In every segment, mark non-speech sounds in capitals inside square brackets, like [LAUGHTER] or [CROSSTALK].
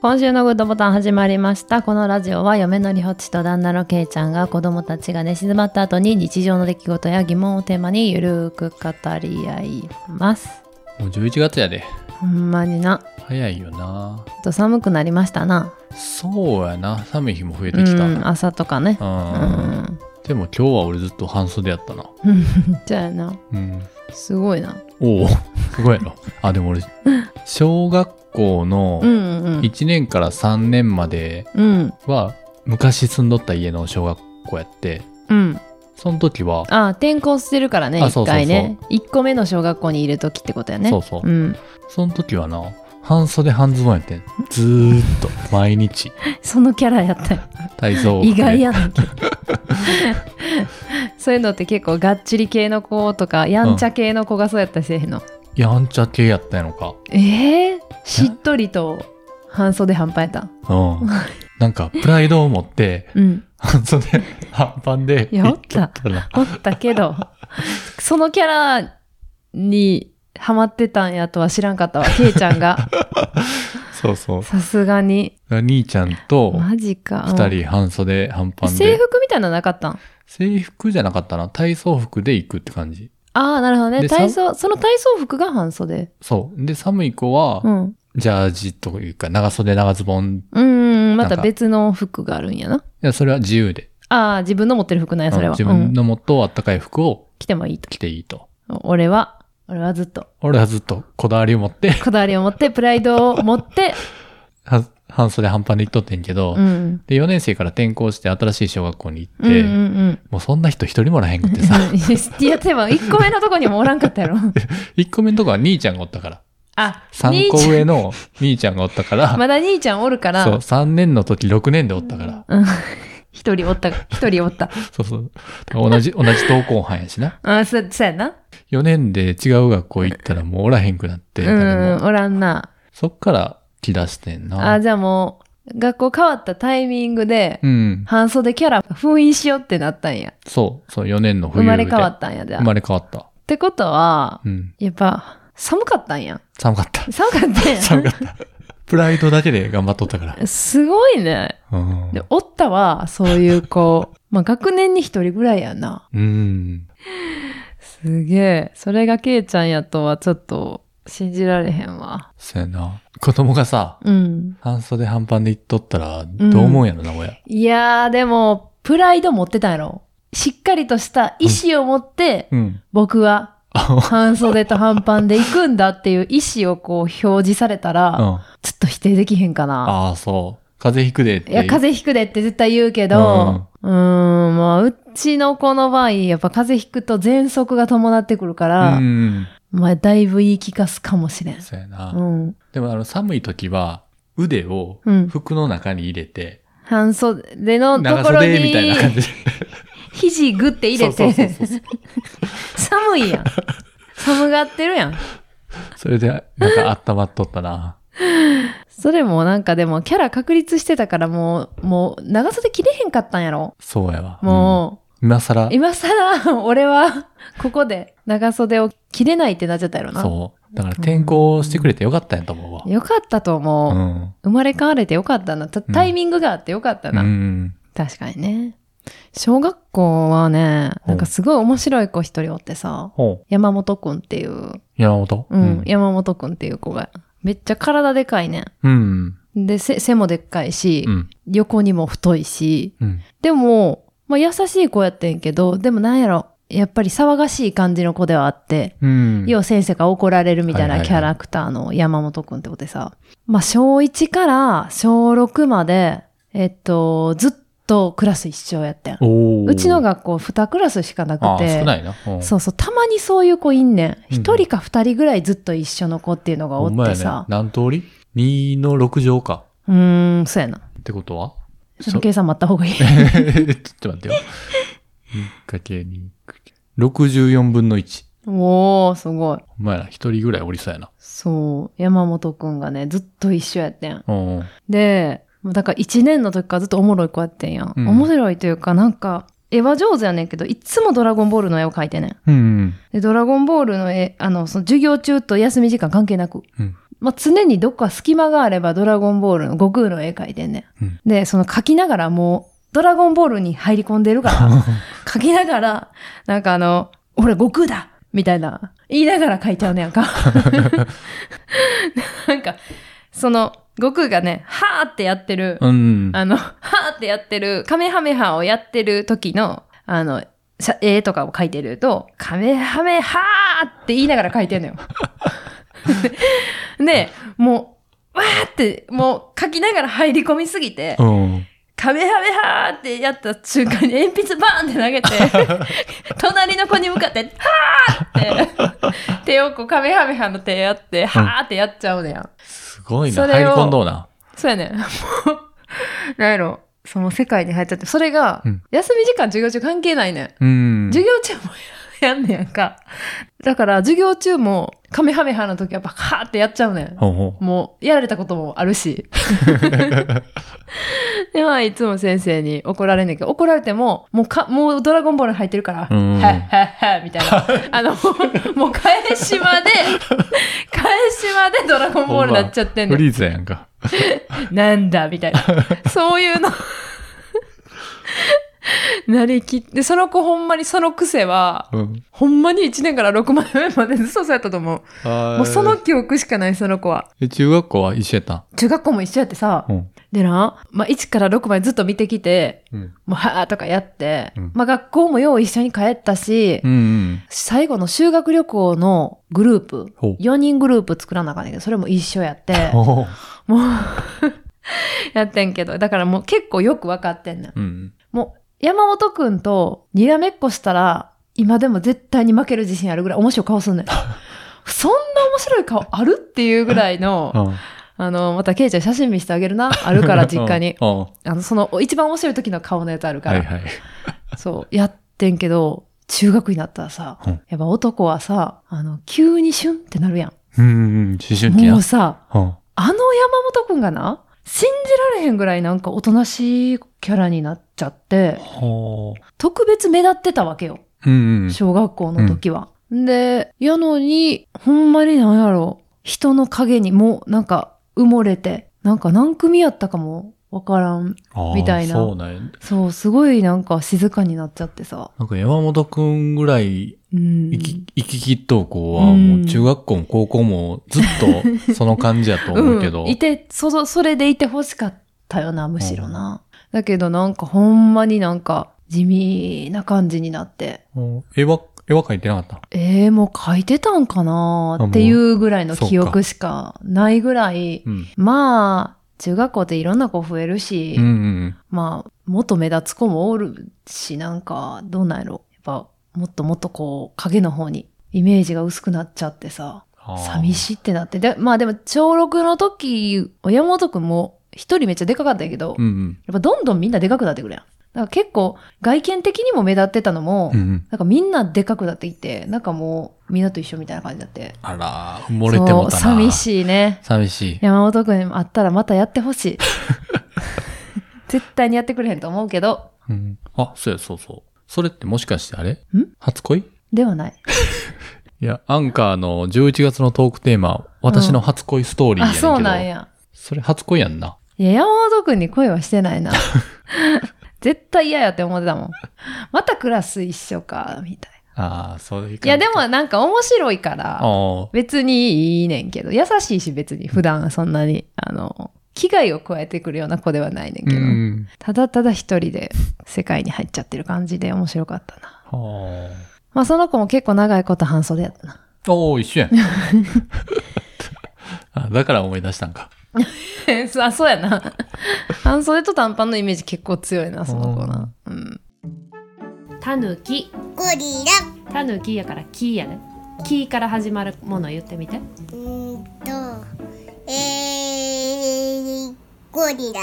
今週のグッドボタン始まりました。このラジオは嫁のりほちと旦那のけいちゃんが子供たちが寝静まった後に日常の出来事や疑問をテーマにゆるーく語り合います。もう11月やで。ほんまにな。早いよなちょ。っと寒くなりましたな。そうやな。寒い日も増えてきた。う、うん朝とかね。ん。でも今日は俺ずっと半袖やったな。うん。 [LAUGHS] じゃあな。うん。すごいな。おお、 [LAUGHS] すごいやろ。あ、でも俺、小学校のうんうん。 1年から3年までうん。は、昔住んどった家の小学校やって、うん。その時は、あ転校してるからね、あそ一うそうそう回ね。一個目の小学校にいるときってことやね。そうそううん。その時はな、半袖半ズボンやってん。ずーっと、毎日、そのキャラやったよ。体操服で意外や [LAUGHS] ねんけどそういうのって結構がっちり系の子とかやんちゃ系の子がそうやったりせえへんの、やんちゃ系やったんやのか。えー、しっとりと半袖半端やったうん。なんか、プライドを持って、うん半袖、半パンで、いやおった行っとなおったけどそのキャラにハマってたんやとは知らんかったわけいちゃん [LAUGHS] がそうそう。さすがに兄ちゃんと、マジかうん二人半袖半パン制で。服みたいなのなかったん制服じゃなかったな。体操服で行くって感じ。ああなるほどねで体操その体操服が半袖そう。で、寒い子はう、んジャージというか、長袖長ズボン。いうんうんうんまなたんか別の服があるんやなや、それは自由で。ああ自分の持ってる服なんやそれうんは、自うん分のもっとあったかい服を来てもいいと。着ていいと。俺は、俺はずっと、俺はずっとこだわりを持って、 [LAUGHS] こだわりを持って、プライドを持って、は半袖半パンで行っとってんけど、うん。で、4年生から転校して新しい小学校に行って、うんうんもうそんな人一人もおらへんくってう [LAUGHS] さ、ん。いや、でも、1個目のとこにもおらんかったや [LAUGHS] ろ。 1個目のとこは兄ちゃんがおったから。あ、 3兄個ち上の兄ちゃんがおったかゃん。ら、まだ兄ちゃんおるから、そう、3年の時6年でおったから。うん。一人おった、一人おった。そうそう。同じ、同じ登校班やしな。あ、そ、そうやな。 4年で違う学校行ったらもうおらへんくなって、うん誰、も。おらんな。そっから来だしてんあ、な。じゃあもう、学校変わったタイミングで、うん。半袖キャラ封印しようってなったんや。そう、そう、4年の冬生で。まれ変わったんや、じゃあ。生っまれ変わった。てことは、うん。やっぱ、寒かったんや。寒 [LAUGHS] かった。寒かったんや。寒かった。プライドだけで頑張っとったから。すごいね。うんで、。おったは、そういう子、まあ、学年に一人ぐらいやな。うん。すげえ。それがケイちゃんやとは、ちょっと、信じられへんわ。そうやな。子供がさ、うん。半袖半パンで行っとったら、どう思うんやろな、親。いやー、でも、プライド持ってたんやろ。しっかりとした意志を持って、うん。僕は、あ半袖と半パンで行くんだっていう意志をこう、表示されたら、うん。ちょっと否定できへんかな。ああ、そう。風邪ひくでって。いや、風邪ひくでって絶対言うけど、うーん、まあ、うちの子の場合、やっぱ風邪ひくと喘息が伴ってくるから、うん。まあ、だいぶ言い聞かすかもしれん。そうやな。うん。でも、あの、寒い時は、腕をうん服の中に入れて、半袖のと長ころ袖みたいにな、感じで。肘グって入れそうそうてそう、そう。寒いやん。寒がってるやん。 [LAUGHS] それで、なんか温まっとったな。それもなんかでも、キャラ確立してたからもう、もう、長袖着れへんかったんやろ。そうやわ。もうん、今更う、、今更、俺は、ここで長袖を着れないってなっちゃったやろな。そう。だから転校してくれてよかったんやと思うわ。よかったと思う。うん。生まれ変われてよかったな。たタイミングがあってよかったうな。ん。確かにね。小学校はね、なんかすごい面白い子一人おってさ、ほう。山本くんっていう、山本うん、山本くんっていう子が、めっちゃ体でかいねうん。ん。で、せ背もでっかいし、うん。横にも太いし、うん。でも、まあ優しい子やってんけど、でもなんやろ、やっぱり騒がしい感じの子ではあって、うん。要は先生が怒られるみたいはいなはいはいキャラクターの山本くんってことでさ、まあ小1から小6まで、えっと、ずっとクラス一緒やってん。おーうちの学校2クラスしかなあくあ、少て、ないな。うんそうそう、たまにそういう子いんねん。うん1人か2人ぐらいずっと一緒の子っていうのがおほんっまやてねさ、。何通り ?2 の6乗か。うーん、そうやな。ってことはその計算待った方がいい。 [LAUGHS] えちょっと待ってよ。2×2。64分の1。おー、すごい。お前ら、一人ぐらいおりそうやな。そう、山本くんがね、ずっと一緒やってん。うん。で、もうだから1年の時からずっとおもろい子やってんやん。うん面白いというか、なんか、絵は上手やねんけど、いつもドラゴンボールの絵を描いてんねん。うん。で、ドラゴンボールの絵、あの、その授業中と休み時間関係なく、うんまあ、常にどっか隙間があればドラゴンボールの悟空の絵描いてんね、うんん。で、その描きながらもう、ドラゴンボールに入り込んでるから、 [LAUGHS] 描きながら、なんかあの、俺悟空だみたいな、言いながら描いちゃうねやん [LAUGHS] か。なんか、その、悟空がね、はーってやってる、うん。あの、はーってやってる、カメハメハをやってる時の、あの、写絵とかを描いてると、カメハメハーって言いながら描いてん [LAUGHS] のよ。で、もう、わーって、もう描きながら入り込みすぎてう、ん。カメハメハーってやった瞬間に鉛筆バーンって投 [LAUGHS] げて、隣の子に向かって、はー [LAUGHS] って、手をこうカメハメハの手やって、はーってやっちゃうのやん。すごいな。それ入をり込んどうな。そうやね。もう、なんやろ。その世界に入っちゃって、それが、うん休み時間、授業中関係ないねん。うん。授業中もやんねやんか。だから、授業中も、カメハメハの時はバカーってやっちゃうねん。ほうほもう、やられたこともある [LAUGHS] し。で、まあ、いつも先生に怒られんねんけど、怒られても、もうか、もうドラゴンボール入ってるから、はっうんはっはっみたいな。あの、もう、もう返しまで、返しまでドラゴンボールになっちゃってう。んねフん。リーズやんか。なんだみたい [LAUGHS] な。そういうの。 [LAUGHS] なりきって、その子ほんまにその癖は、うん。ほんまに1年から6万円までずっとそうやったと思う。ももうその、記憶しかない、その子は。え中学校は一緒やったん中学校も一緒やってさ、うん。でな、まあ、1から6までずっと見てきて、うん。もうはーとかやって、うんまあ、学校もよう一緒に帰ったし、うんうん。最後の修学旅行のグループ、ほう。 4人グループ作らなあかんねんけど、それも一緒や [LAUGHS] って、ほう。もう、 [LAUGHS] やってんけど、だからもう結構よく分かってんねん。うん。もう、山本くんとにらめっこしたら、今でも絶対に負ける自信あるぐらい面白い顔す [LAUGHS] んねん。そんな面白い顔あるっていうぐらいの、 [LAUGHS] うん。あの、またケイちゃん写真見せてあげるな。あるから、実家に [LAUGHS] うんうんあの、その、一番面白い時の顔のやつあるかはら。いはい。そう、やってんけど、中学になったらさ、うんやっぱ男はさ、あの、急にシュンってなるやん。うんうん。思春期やもう。さ、うんあの山本くんがな、信じられへんぐらいなんかおとなしいキャラになっちゃって、ほ特別目立ってたわけよ。う。うんうん。小学校の時は。で、やのに、ほんまになんやろ、人の影にもうなんか埋もれて、なんか何組やったかもわからん。あーみたいなそうなんや。そう、すごいなんか静かになっちゃってさ。なんか山本くんぐらいうん。生き生き切っとう子は、もう中学校も高校もずっとその感じやと思うけど。ん、いて、そ、そそれでいてほしかったよな、むしろな。だけどなんかほんまになんか地味な感じになって。うん絵は、絵は描いてなかっえー、もう書いてたんかなあっていうぐらいのそうか記憶しかないぐらい、た。うん。まあ、中学校っていろんな子増えるし、うんうん。まあ、もっと目立つ子もおるし、なんか、どうなんやろ。やっぱ、もっともっとこう、影の方に、イメージが薄くなっちゃってさ、あー寂しいってなって。で、まあでも、小6の時、山本くんも、一人めっちゃでかかったんやけど、うんうん。やっぱどんどんみんなでかくなってくるやん。だから結構、外見的にも目立ってたのも、うんうん。なんかみんなでかくなっていて、なんかもう、みんなと一緒みたいな感じになって。あらー、埋もれてもたな。そう寂い。しいね。寂しい。山本君あったらまたやってほし [LAUGHS] い。絶対にやってくれへんと思うけど、うん。あ、そうや、そうそう。それってもしかしてあれん初恋ではない。いや、アンカーの11月のトークテーマ、私の初恋ストーリーあ、やねんけど、そうなんや。それ初恋やんな。いや、山本君に恋はして [LAUGHS] ないな。絶対嫌やって思ってたもん。またクラス一緒か、みたいああ、そういう感じな。いや、でもなんか面白いから、あ別にいいねんけど、優しいし別に普段そんなに、あの、危害を加えてくるような子ではないねんあ、うけど、ん。ただただ一人で世界に入っちゃってる感じで面白かったな。はあ。まあその子も結構長いこと半袖やったな。おお、一緒やん。 [LAUGHS] あだから思い出したんか。え [LAUGHS] あそうやな半袖と短パンのイメージ結構強いなその子なうんタヌキゴリラ。タヌキやからキーやねキーから始まるもの言ってみてうーんと、えー、ゴリラ。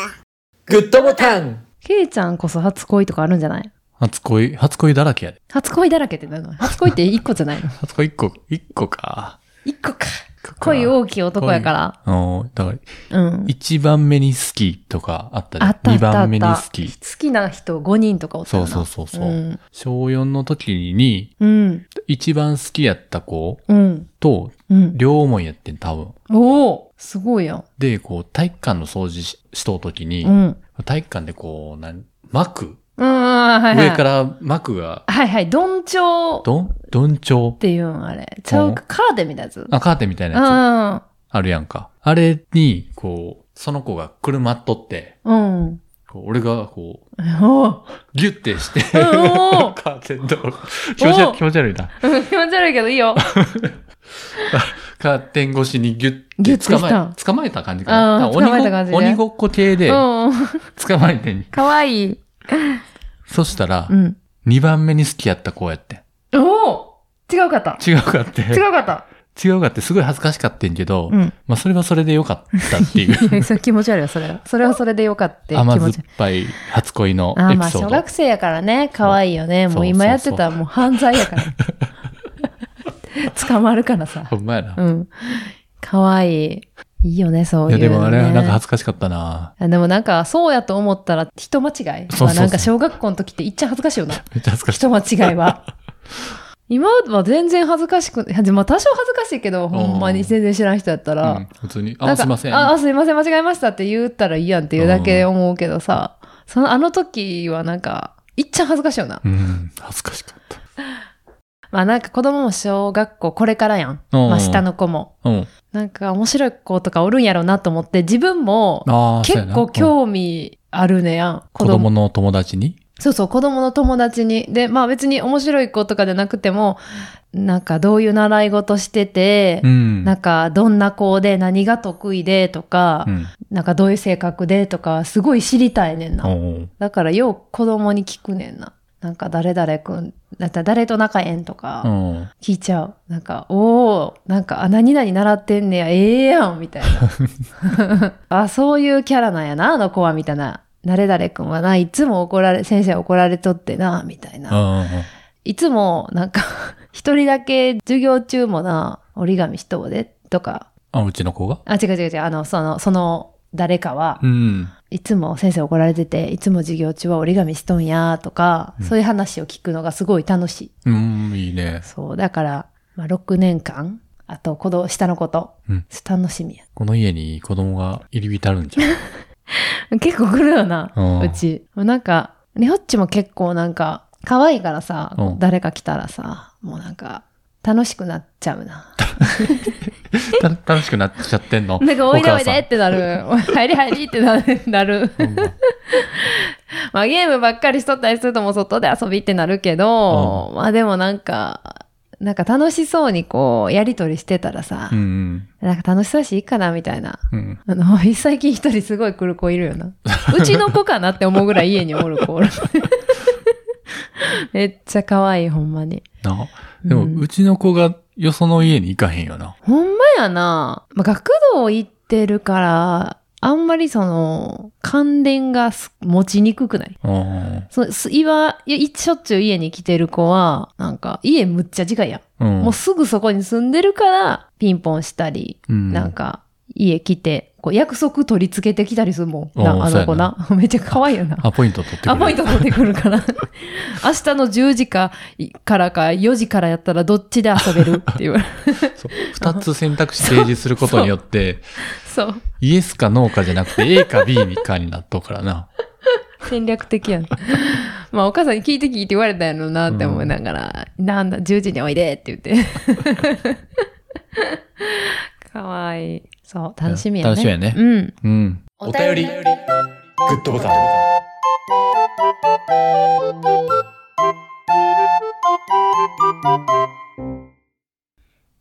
グッドボタンケイちゃんこそ初恋とかあるんじゃない初恋、初恋だらけやで。初恋だらけってなの初恋って一個じゃないの初恋一個、一個か。 [LAUGHS] 一個か一個か [LAUGHS] 恋大きい男やから恋おーだから、うん一番目に好きとかあったで。あったあ二ったあ番っ目にた好好き。きな人5人とかおったそようなそうそうそう、ん小4の時に、うん一番好きやった子うんとうん。両思いやってん、多分。おおすごいやん。で、こう、体育館の掃除ししとうときに、うん。うん体育館でこう、なん幕、うんうん、はいはい。上から幕が、はいはい、どんちょうっどん、どんちょうていうん、あれ。ちゃううんか、カーテンみたいなやつ。あ、カーテンみたいなやつうあるやんか。あれに、こう、その子が車っとって、ん。うん。こう俺がこう、おおギュッてして、うんおー [LAUGHS] カーテンと、気持ち悪い、気持ち悪いな。うん [LAUGHS] 気持ち悪いけどいいよ。カーテン越しにギュッギュてッて捕しまたえ、捕まえた感じかな。うん多分捕まえた感じね鬼ごっこ系で、うん。捕まえてん。かわいい。そしたらう、ん。 2番目に好きやった子やってん。おお違うかった。違うかって。 [LAUGHS] 違うかった。違うかってすごい恥ずかしかってんけ [LAUGHS] ど、うん。まあそれはそれでよかったっていう。いやそれ気持ち悪いわ、それは。それはそれ [LAUGHS] でよかった。甘気酸持っち悪い。ぱい初恋のあーエまピあ、ソー小ド。学生やからね、可愛いよね。そうもう今やってたらもう犯罪や [LAUGHS] から。捕まるからさほ。んまやな。うん。可愛いい。いいよね、そういいうやの、ね。でもあれはなんか恥ずかしかったな。あでもなんか、そうやと思ったら、人間違い。そうそうそうまあなんか、小学校の時っていっちゃ恥ずかしいよ [LAUGHS] な。めっちゃ恥ずかしい。人間違いは。今は全然恥ずかしく、いやでも多少恥ずかしいけど、ほんまに全然知らん人やったら、うん普通に。なあ、かすいません。あ、あすいません、間違えましたって言ったらいいやんっていうだけで思うけどさ、そのあの時はなんか、いっちゃ恥ずかしいよな。うん、恥ずかしかっまあなんか子供も小学校これからやん。うんまあ下の子も。た。うん。なんか面白い子とかおるんやろうなと思って、自分もああ、そうや結な構うん興味あるねやん。子供の友達にそうそう、子供の友達に。で、まあ別に面白い子とかじゃなくても、なんかどういう習い事しててう、ん。なんかどんな子で何が得意でとか、うん。なんかどういう性格でとか、すごい知りたいねんな。おうだからよう子供に聞くねんな。なんか誰々くん、だったら誰と仲ええんとうかん。聞いちゃう。なんか、おおなんか、あ、何々習ってんねや、ええやん、みたいな。あ、そういうキャラなんやな、あの子は、みたいな。誰々くんはな、いつも怒られ、先生怒られとってな、みたいな。ういつも、なんか、 [LAUGHS] 一人だけ授業中もな、折り紙しとうで、とか。ん。あ、うちの子があ、違う違う違う、あの、その、その、誰かは、うん。いつも先生怒られてて、いつも授業中は折り紙しとんやとか、そういう話を聞くのがすごい楽しい。うん、いいね。そう、だから、まあ、6年間、あと、この下のこと、うん楽しみや。この家に子供が入り浸るんじ結構来るよな、うんうち。もうなんか、ねほっちも結構なんか、可愛いからさ、うん誰か来たらさ、もうなんか、楽しくなっちゃうな。[LAUGHS] ゃん。た楽しくなっちゃってんのなんか、おいでおいでっおてなる。 [LAUGHS] 入り入りってな [LAUGHS] る。なる母さんうんまあゲームばっかりしとったりするともう外で遊びってなるけど、まあでもなんか、なんか楽しそうにこう、やりとりしてたらさ、うんなんか楽しそうやしいいかなみたいな。うん。うん。あの、最近一人すごい来る子いるよな。うちの子かなって思うぐらい家におる子おる。 [LAUGHS] めっちゃ可愛い、ほんまに。なでも、ううんちの子がよその家に行かへんよな。ほんまやな。まあ、学童行ってるから、あんまりその、関連がす持ちにくくないうん。そう、す今、いやいしょっちゅう家に来てる子は、なんか、家むっちゃ近いやん。うん。もうすぐそこに住んでるから、ピンポンしたり、うんなんか、家来て、こう、約束取り付けてきたりするもん。おなーあの子な。 [LAUGHS] めっちゃ可愛いよな。アポイント取ってくれアる。ポイント取ってくる [LAUGHS] から。明日の10時か、いからか、4時からやったらどっちで遊べる [LAUGHS] って言われる。そう二つ選択肢提示することによって、 [LAUGHS] そう。イエスかノーかじゃなくて A か B にかになっとうからな。戦略的や [LAUGHS] ん。まあ、お母さんに聞いて聞いて言われたんやろうなって思いながら、なんだ、10時においでって [LAUGHS] 言って。かわいい。そう、楽しみやね。楽しみやねうん。うん。お便り、グッドボタン。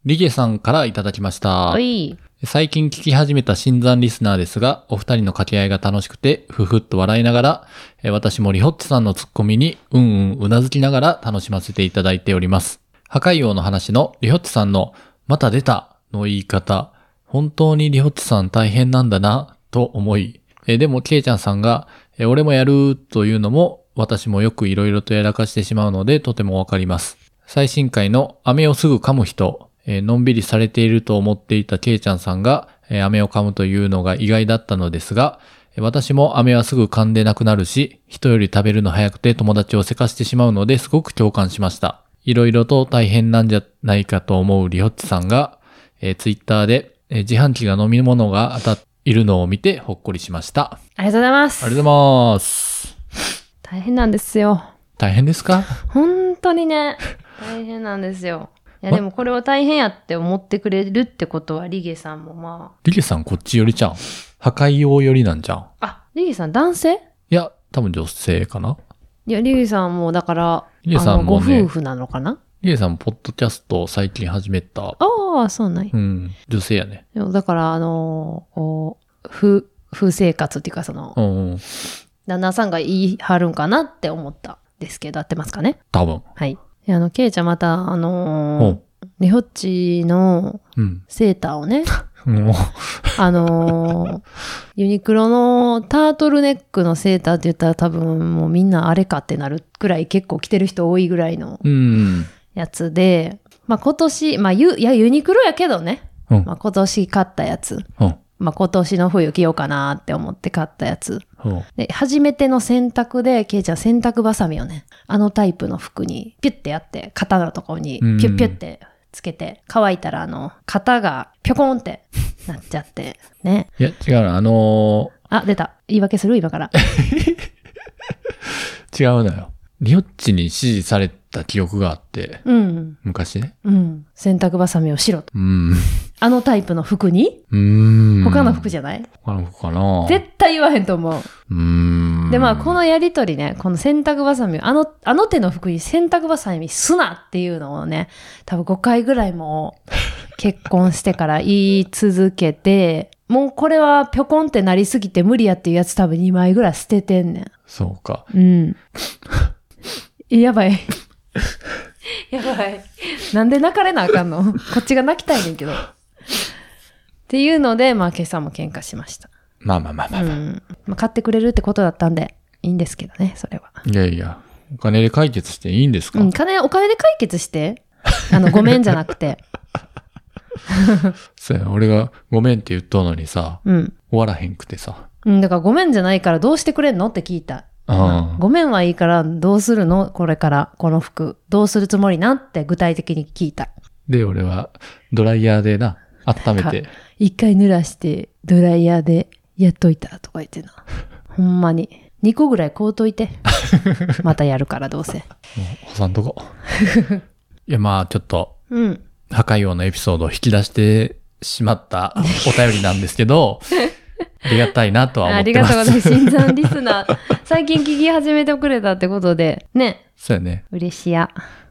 リゲさんからいただきましたお。い。最近聞き始めた新参リスナーですが、お二人の掛け合いが楽しくて、ふふっと笑いながら、えー私もリホッチさんのツッコミに、うんうんうなずきながら楽しませていただいております。破壊王の話のリホッチさんの、また出たの言い方、本当にリホッチさん大変なんだな、と思い、えーでも、ケイちゃんさんが、えー俺もやるというのも、私もよくいろいろとやらかしてしまうので、とてもわかります。最新回の飴をすぐ噛む人、えーのんびりされていると思っていたけいちゃんさんが、えー飴を噛むというのが意外だったのですが、えー私も飴はすぐ噛んでなくなるし、人より食べるの早くて友達をせかしてしまうのですごく共感しました。いろいろと大変なんじゃないかと思うリホッチさんが、えーツイッターで、えー自販機が飲み物が当たっているのを見てほっこりしました。ありがとうございます。ありがとうございます。大変なんですよ。大変ですか本当にね、大変なんですよ。いや、までもこれを大変やって思ってくれるってことは、リゲさんもまリゲさんこっち寄りじゃん。破壊用寄りなんじゃん。あ、あ、リゲさん男性いや、多分女性かないや、リゲさんもだから、リゲさんもあねのご夫婦なのかなリゲさんポッドキャスト最近始めた。ああ、そうない。うん。女性やね。でもだから、あのーこう、夫、夫生活っていうか、その、うんうん。旦那さんが言い張るんかなって思ったんですけど、合ってますかね多分。はい。であの、ケイちゃんまた、あうのーん。リホッチのうん。セーターをね、うんあのーユニクロのタートルネックのセーターって言ったら多分もうみんなあれかってなるくらい結構着てる人多いぐらいのうん。やつで、まあ今年、まあユいやユニクロやけどね、うんまあ今年買ったやつ、うん。まあ今年の冬着ようかなって思って買ったやつ。うん。で、初めての洗濯で、ケイちゃん洗濯バサミをね、あのタイプの服にピュッてやって、肩のところにピうんュッピュッてつけて、乾いたらあの、肩がピョコンってなっちゃって、ね。いや、違うな。あのあ、出た。言い訳する今から。ー違うのよ。リオッチに指示された記憶があって、うん。昔ね。うん。洗濯バサミをしろと。 [LAUGHS] うん。うあのタイプの服にーん。他の服じゃない、他の服かな絶対言わへんと思う。うーん。で、まあ、このやりとりね、この洗濯バサミ、あの、あの手の服に洗濯バサミすなっていうのをね、多分5回ぐらいもう結婚してから言い続けて、もうこれはぴょこんってなりすぎて無理やっていうやつ多分2枚ぐらい捨ててんねん。そうか。うん。 [LAUGHS] やばい。 [LAUGHS] やばい。なんで泣かれなあかん [LAUGHS] のこっちが泣きたいねんけど。っていうので、まあ今朝も喧嘩しました。まあまあまあまあう。ん。まあ買ってくれるってことだったんで、いいんですけどね、それは。いやいや。お金で解決していいんですか、うん、金、お金で解決して。あの、ごめんじゃなくて。 [LAUGHS] そうや、俺がごめんって言っとうのにさ、うん。終わらへんくてさ。うん、だからごめんじゃないからどうしてくれんのって聞いた。ああごめんはいいからどうするのこれから、この服。どうするつもりなんって具体的に聞いた。で、俺はドライヤーでな、温めて。一回濡らしてドライヤーでやっといたとか言 [LAUGHS] ってな。ほんまに。2個ぐらい買うといて。 [LAUGHS] またやるからどうせ。挟ん [LAUGHS] とこ。いや、まあ、ちょっと、うん。破壊王のエピソードを引き出してしまったお便りなんです [LAUGHS] けど、ありがたいなとは思あっりてまがとす。うございます。新参リスナー。最近聞き始めてくれたってことで、ね。そうやね。嬉しや。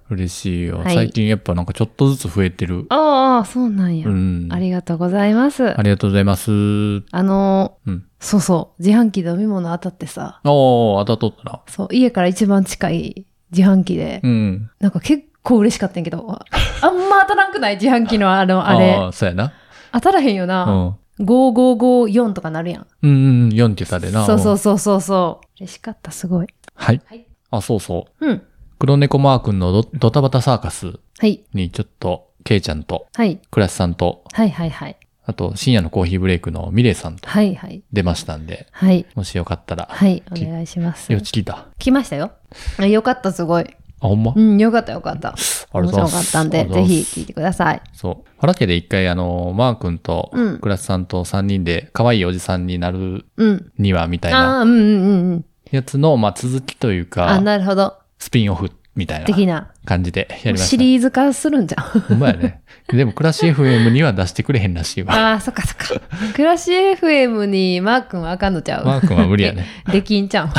嬉しいよ。はい最近やっぱなんかちょっとずつ増えてる。ああ、そうなんや。うん。ありがとうございますあ。りがとうございます。うん。あのー、そうそう。自販機で飲み物当たってさ。おー、当たっとったな。そう、家から一番近い自販機で、うん。なんか結構嬉しかったんやけど、ああんま当たらんくない自販機のあの、あれ。ーそうやな。当たらへんような。ん。 5554とかなるやん。うんうんうん、4桁でな。そうそううんそうそうそう。嬉しかった、すごい。はいはい。あ、そうそう。うん。黒猫マー君のドドタバタサーカスはい。にちょっと、ケイちゃんと、はい。クラスさんと、はいはいはい。あと、深夜のコーヒーブレイクのミレイさんとはいはい。出ましたんで、はい。もしよかったら、はい。お願いします。よち聞いた。あ、来ましたよ。あよかった、すごい。ほんまうん、よかったよかった。あり面がとうござい白ますかったんで、ぜひ聞いてください。そう。原家で一回、あの、マー君とうん、クラスさんと3人で、可愛いおじさんになるうん。には、みたいあなあー、うんうんうんうん。やつの、まあ、続きというあ、か、なるほど。スピンオフみたい的なな。感じでやりましシた。リーズ化するんじゃん。ほんまやね。でも、クラシ FM には出してくれへんらしいわ。 [LAUGHS] ああ、そっかそっか。暮らし FM にマー君はあかんのちゃうマー君は無理やね。 [LAUGHS] できんちゃうん。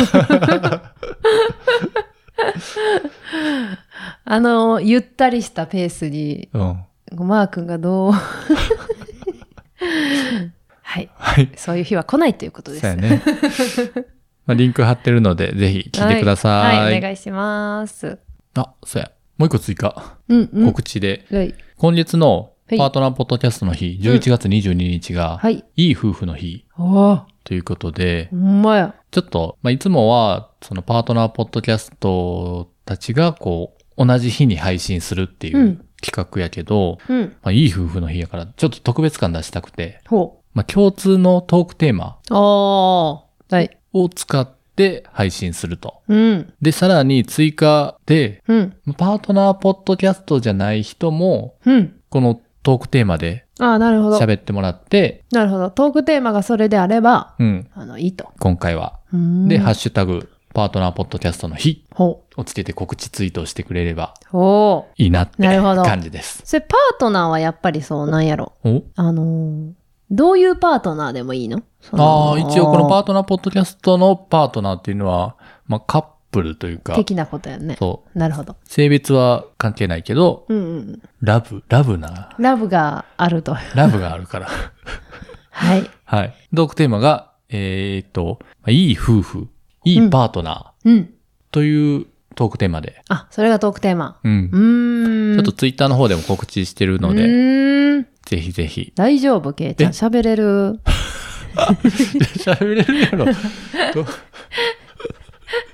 あの、ゆったりしたペースに、うん。マー君がどう [LAUGHS] はい。はい。そういう日は来ないということです。そうやね。 [LAUGHS] まあ、リンク貼ってるので、ぜひ聞いてください。はい、お願いします。あ、そうや。もう一個追加。うんうん。告知で。はい。今月のはいパートナーポッドキャストの日、11月22日が、はい。いい夫婦の日おーということでほ、んまや。ちょっと、まあ、いつもは、そのパートナーポッドキャストたちが、こう、同じ日に配信するっていうんう企画やけど、うん。まあ、いい夫婦の日やから、ちょっと特別感出したくて、ほまあ、共通のトークテーマう。ああ。はい。を使って配信すると。うん。で、さらに追加で、うん。パートナーポッドキャストじゃない人も、うん。このトークテーマでああ、なるほど。喋ってもらって、なるほど。トークテーマがそれであれば、うん、あの、いいと。今回は。うーんで、ハッシュタグ、パートナーポッドキャストの日ほをつけて告知ツイートをしてくれればう。ほう。いいなってなるほど感じです。それ、パートナーはやっぱりそう、なんやろ。おあのーどういうパートナーでもいいのああ、一応このパートトナーポッドキャストのパートナーっていうのは、まあカップルというか、的なことやね。そう、なるほど。性別は関係ないけど、うんうん。ラブ、ラブな、ラブがあると。ラブがあるから。はい。はい。トークテーマが、えーっと、まあいい夫婦、いいパートナーうん。というトークテーマで、あ、それがトークテーマ。うんう。ーん。ちょっとツイッターの方でも告知してるのうで、ーん。。ぜひぜひ大丈夫、ケイちゃん。え喋れる。 [LAUGHS] 喋れるやろ。と [LAUGHS]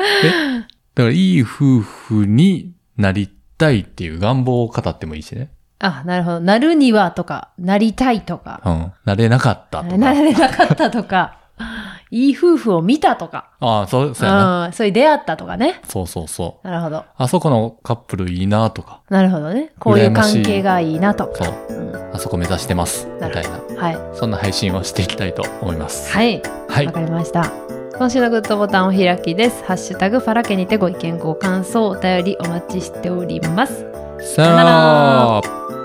えだから、いい夫婦になりたいっていう願望を語ってもいいしね。あ、なるほど。なるにはとか、なりたいとか、うん。なれなかったとなか。れなかったとか、 [LAUGHS] いい夫婦を見たとか、ああ、そう、そうやな。うん、そういう出会ったとかね。そうそうそう。なるほど。あそこのカップルいいなとか、なるほどね。こういう羨まし関い係がいいなとそか。う、うんはあそこ目指してます。みなるたいな。い。そんな配信をしていきたいと思います。はい。はわい。かりました。今週のグッドボタンお開きです。ハッシュタグファラケにてご意見ご感想お便りお待ちしております。さよなら